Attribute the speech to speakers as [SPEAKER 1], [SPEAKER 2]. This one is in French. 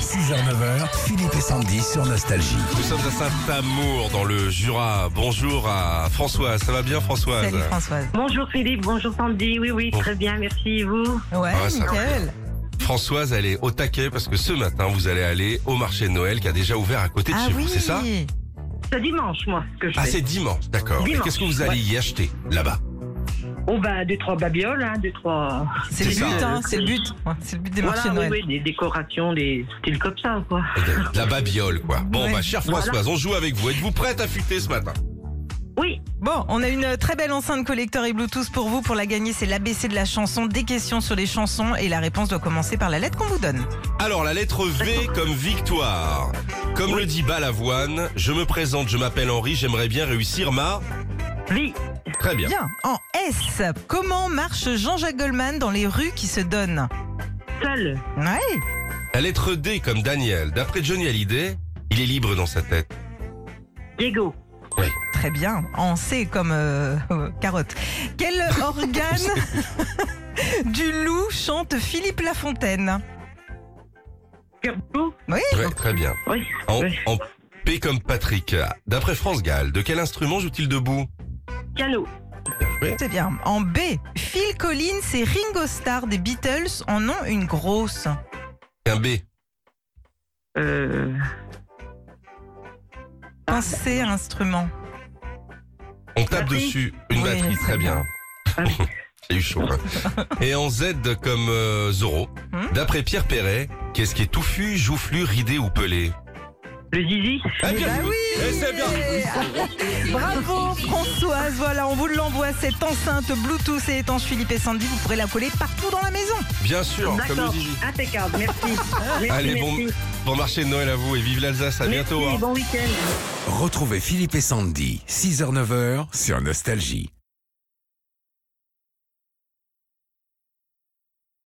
[SPEAKER 1] sujet à 9h, Philippe et Sandy sur Nostalgie.
[SPEAKER 2] Nous sommes à Saint-Amour dans le Jura. Bonjour à Françoise. Ça va bien Françoise
[SPEAKER 3] Salut Françoise.
[SPEAKER 4] Bonjour Philippe, bonjour Sandy. Oui, oui, très bien, merci. Et vous
[SPEAKER 3] Ouais,
[SPEAKER 2] Ah ouais, ça va.
[SPEAKER 3] nickel.
[SPEAKER 2] Françoise, elle est au taquet parce que ce matin, vous allez aller au marché de Noël qui a déjà ouvert à côté de
[SPEAKER 3] Ah
[SPEAKER 2] chez
[SPEAKER 3] oui.
[SPEAKER 2] vous, c'est ça
[SPEAKER 4] C'est dimanche, moi, que je
[SPEAKER 2] Ah,
[SPEAKER 4] fais.
[SPEAKER 2] c'est dimanche, d'accord. Et
[SPEAKER 4] Dimanche,
[SPEAKER 2] qu'est-ce que vous allez y acheter là-bas
[SPEAKER 4] Oh, bah, deux, trois babioles, hein, deux, trois.
[SPEAKER 3] C'est le
[SPEAKER 2] C'est
[SPEAKER 3] but,
[SPEAKER 2] ça.
[SPEAKER 3] hein, c'est le but. Ouais, C'est le but des marchés
[SPEAKER 4] Voilà,
[SPEAKER 3] de
[SPEAKER 4] oui,
[SPEAKER 3] Noël.
[SPEAKER 4] oui, des décorations, des styles comme ça, quoi.
[SPEAKER 2] Eh bien, de La babiole, quoi. Bon,
[SPEAKER 3] Ouais.
[SPEAKER 2] bah, chère Françoise, on joue avec vous. Êtes-vous prête à futer ce matin
[SPEAKER 4] Oui,
[SPEAKER 3] Bon, on a une euh, très belle enceinte collector et Bluetooth pour vous. Pour la gagner, c'est l'ABC de la chanson, des questions sur les chansons et la réponse doit commencer par la lettre qu'on vous donne.
[SPEAKER 2] Alors, la lettre V comme victoire. Comme le dit Balavoine, je me présente, je m'appelle Henri, j'aimerais bien réussir ma...
[SPEAKER 4] oui.
[SPEAKER 2] Très bien.
[SPEAKER 3] Bien. En S, comment marche Jean-Jacques Goldman dans les rues qui se donnent
[SPEAKER 4] Seul.
[SPEAKER 3] Ouais.
[SPEAKER 2] La lettre D comme Daniel. D'après Johnny Hallyday, il est libre dans sa tête.
[SPEAKER 4] Diego.
[SPEAKER 3] Très bien. En C comme euh, euh, carotte. Quel organe du loup chante Philippe Lafontaine
[SPEAKER 4] Curbo.
[SPEAKER 3] Oui.
[SPEAKER 2] Très, très bien.
[SPEAKER 4] Oui.
[SPEAKER 2] En,
[SPEAKER 4] oui.
[SPEAKER 2] en P comme Patrick. D'après France Gall, de quel instrument joue-t-il debout
[SPEAKER 4] Piano.
[SPEAKER 3] C'est bien. En B, Phil Collins et Ringo Starr des Beatles en ont une grosse.
[SPEAKER 2] Un B.
[SPEAKER 4] Euh,
[SPEAKER 3] Pensez instrument.
[SPEAKER 2] On tape
[SPEAKER 4] Batterie.
[SPEAKER 2] dessus une
[SPEAKER 3] Oui,
[SPEAKER 2] batterie.
[SPEAKER 3] c'est
[SPEAKER 2] Très bien.
[SPEAKER 4] bien.
[SPEAKER 2] J'ai eu chaud. hein. Et en Z comme euh, Zorro.
[SPEAKER 3] Hmm.
[SPEAKER 2] D'après Pierre Perret, qu'est-ce qui est touffu, joufflu, ridé ou pelé
[SPEAKER 4] le zizi.
[SPEAKER 2] Ah,
[SPEAKER 3] Eh
[SPEAKER 2] bien
[SPEAKER 3] bah
[SPEAKER 2] joué. Eh, c'est bien.
[SPEAKER 3] Bravo Françoise, voilà, on vous l'envoie cette enceinte Bluetooth et étanche Philippe et Sandy, vous pourrez la coller partout dans la maison.
[SPEAKER 2] Bien sûr, comme le
[SPEAKER 4] D'accord.
[SPEAKER 2] Gigi.
[SPEAKER 4] Impeccable, merci. merci
[SPEAKER 2] Allez, bon,
[SPEAKER 4] merci.
[SPEAKER 2] bon marché de Noël à vous et vive l'Alsace. À bientôt. hein. au
[SPEAKER 4] Merci,
[SPEAKER 2] revoir.
[SPEAKER 4] bon week-end.
[SPEAKER 1] Retrouvez Philippe et Sandy, 6h-9h sur Nostalgie.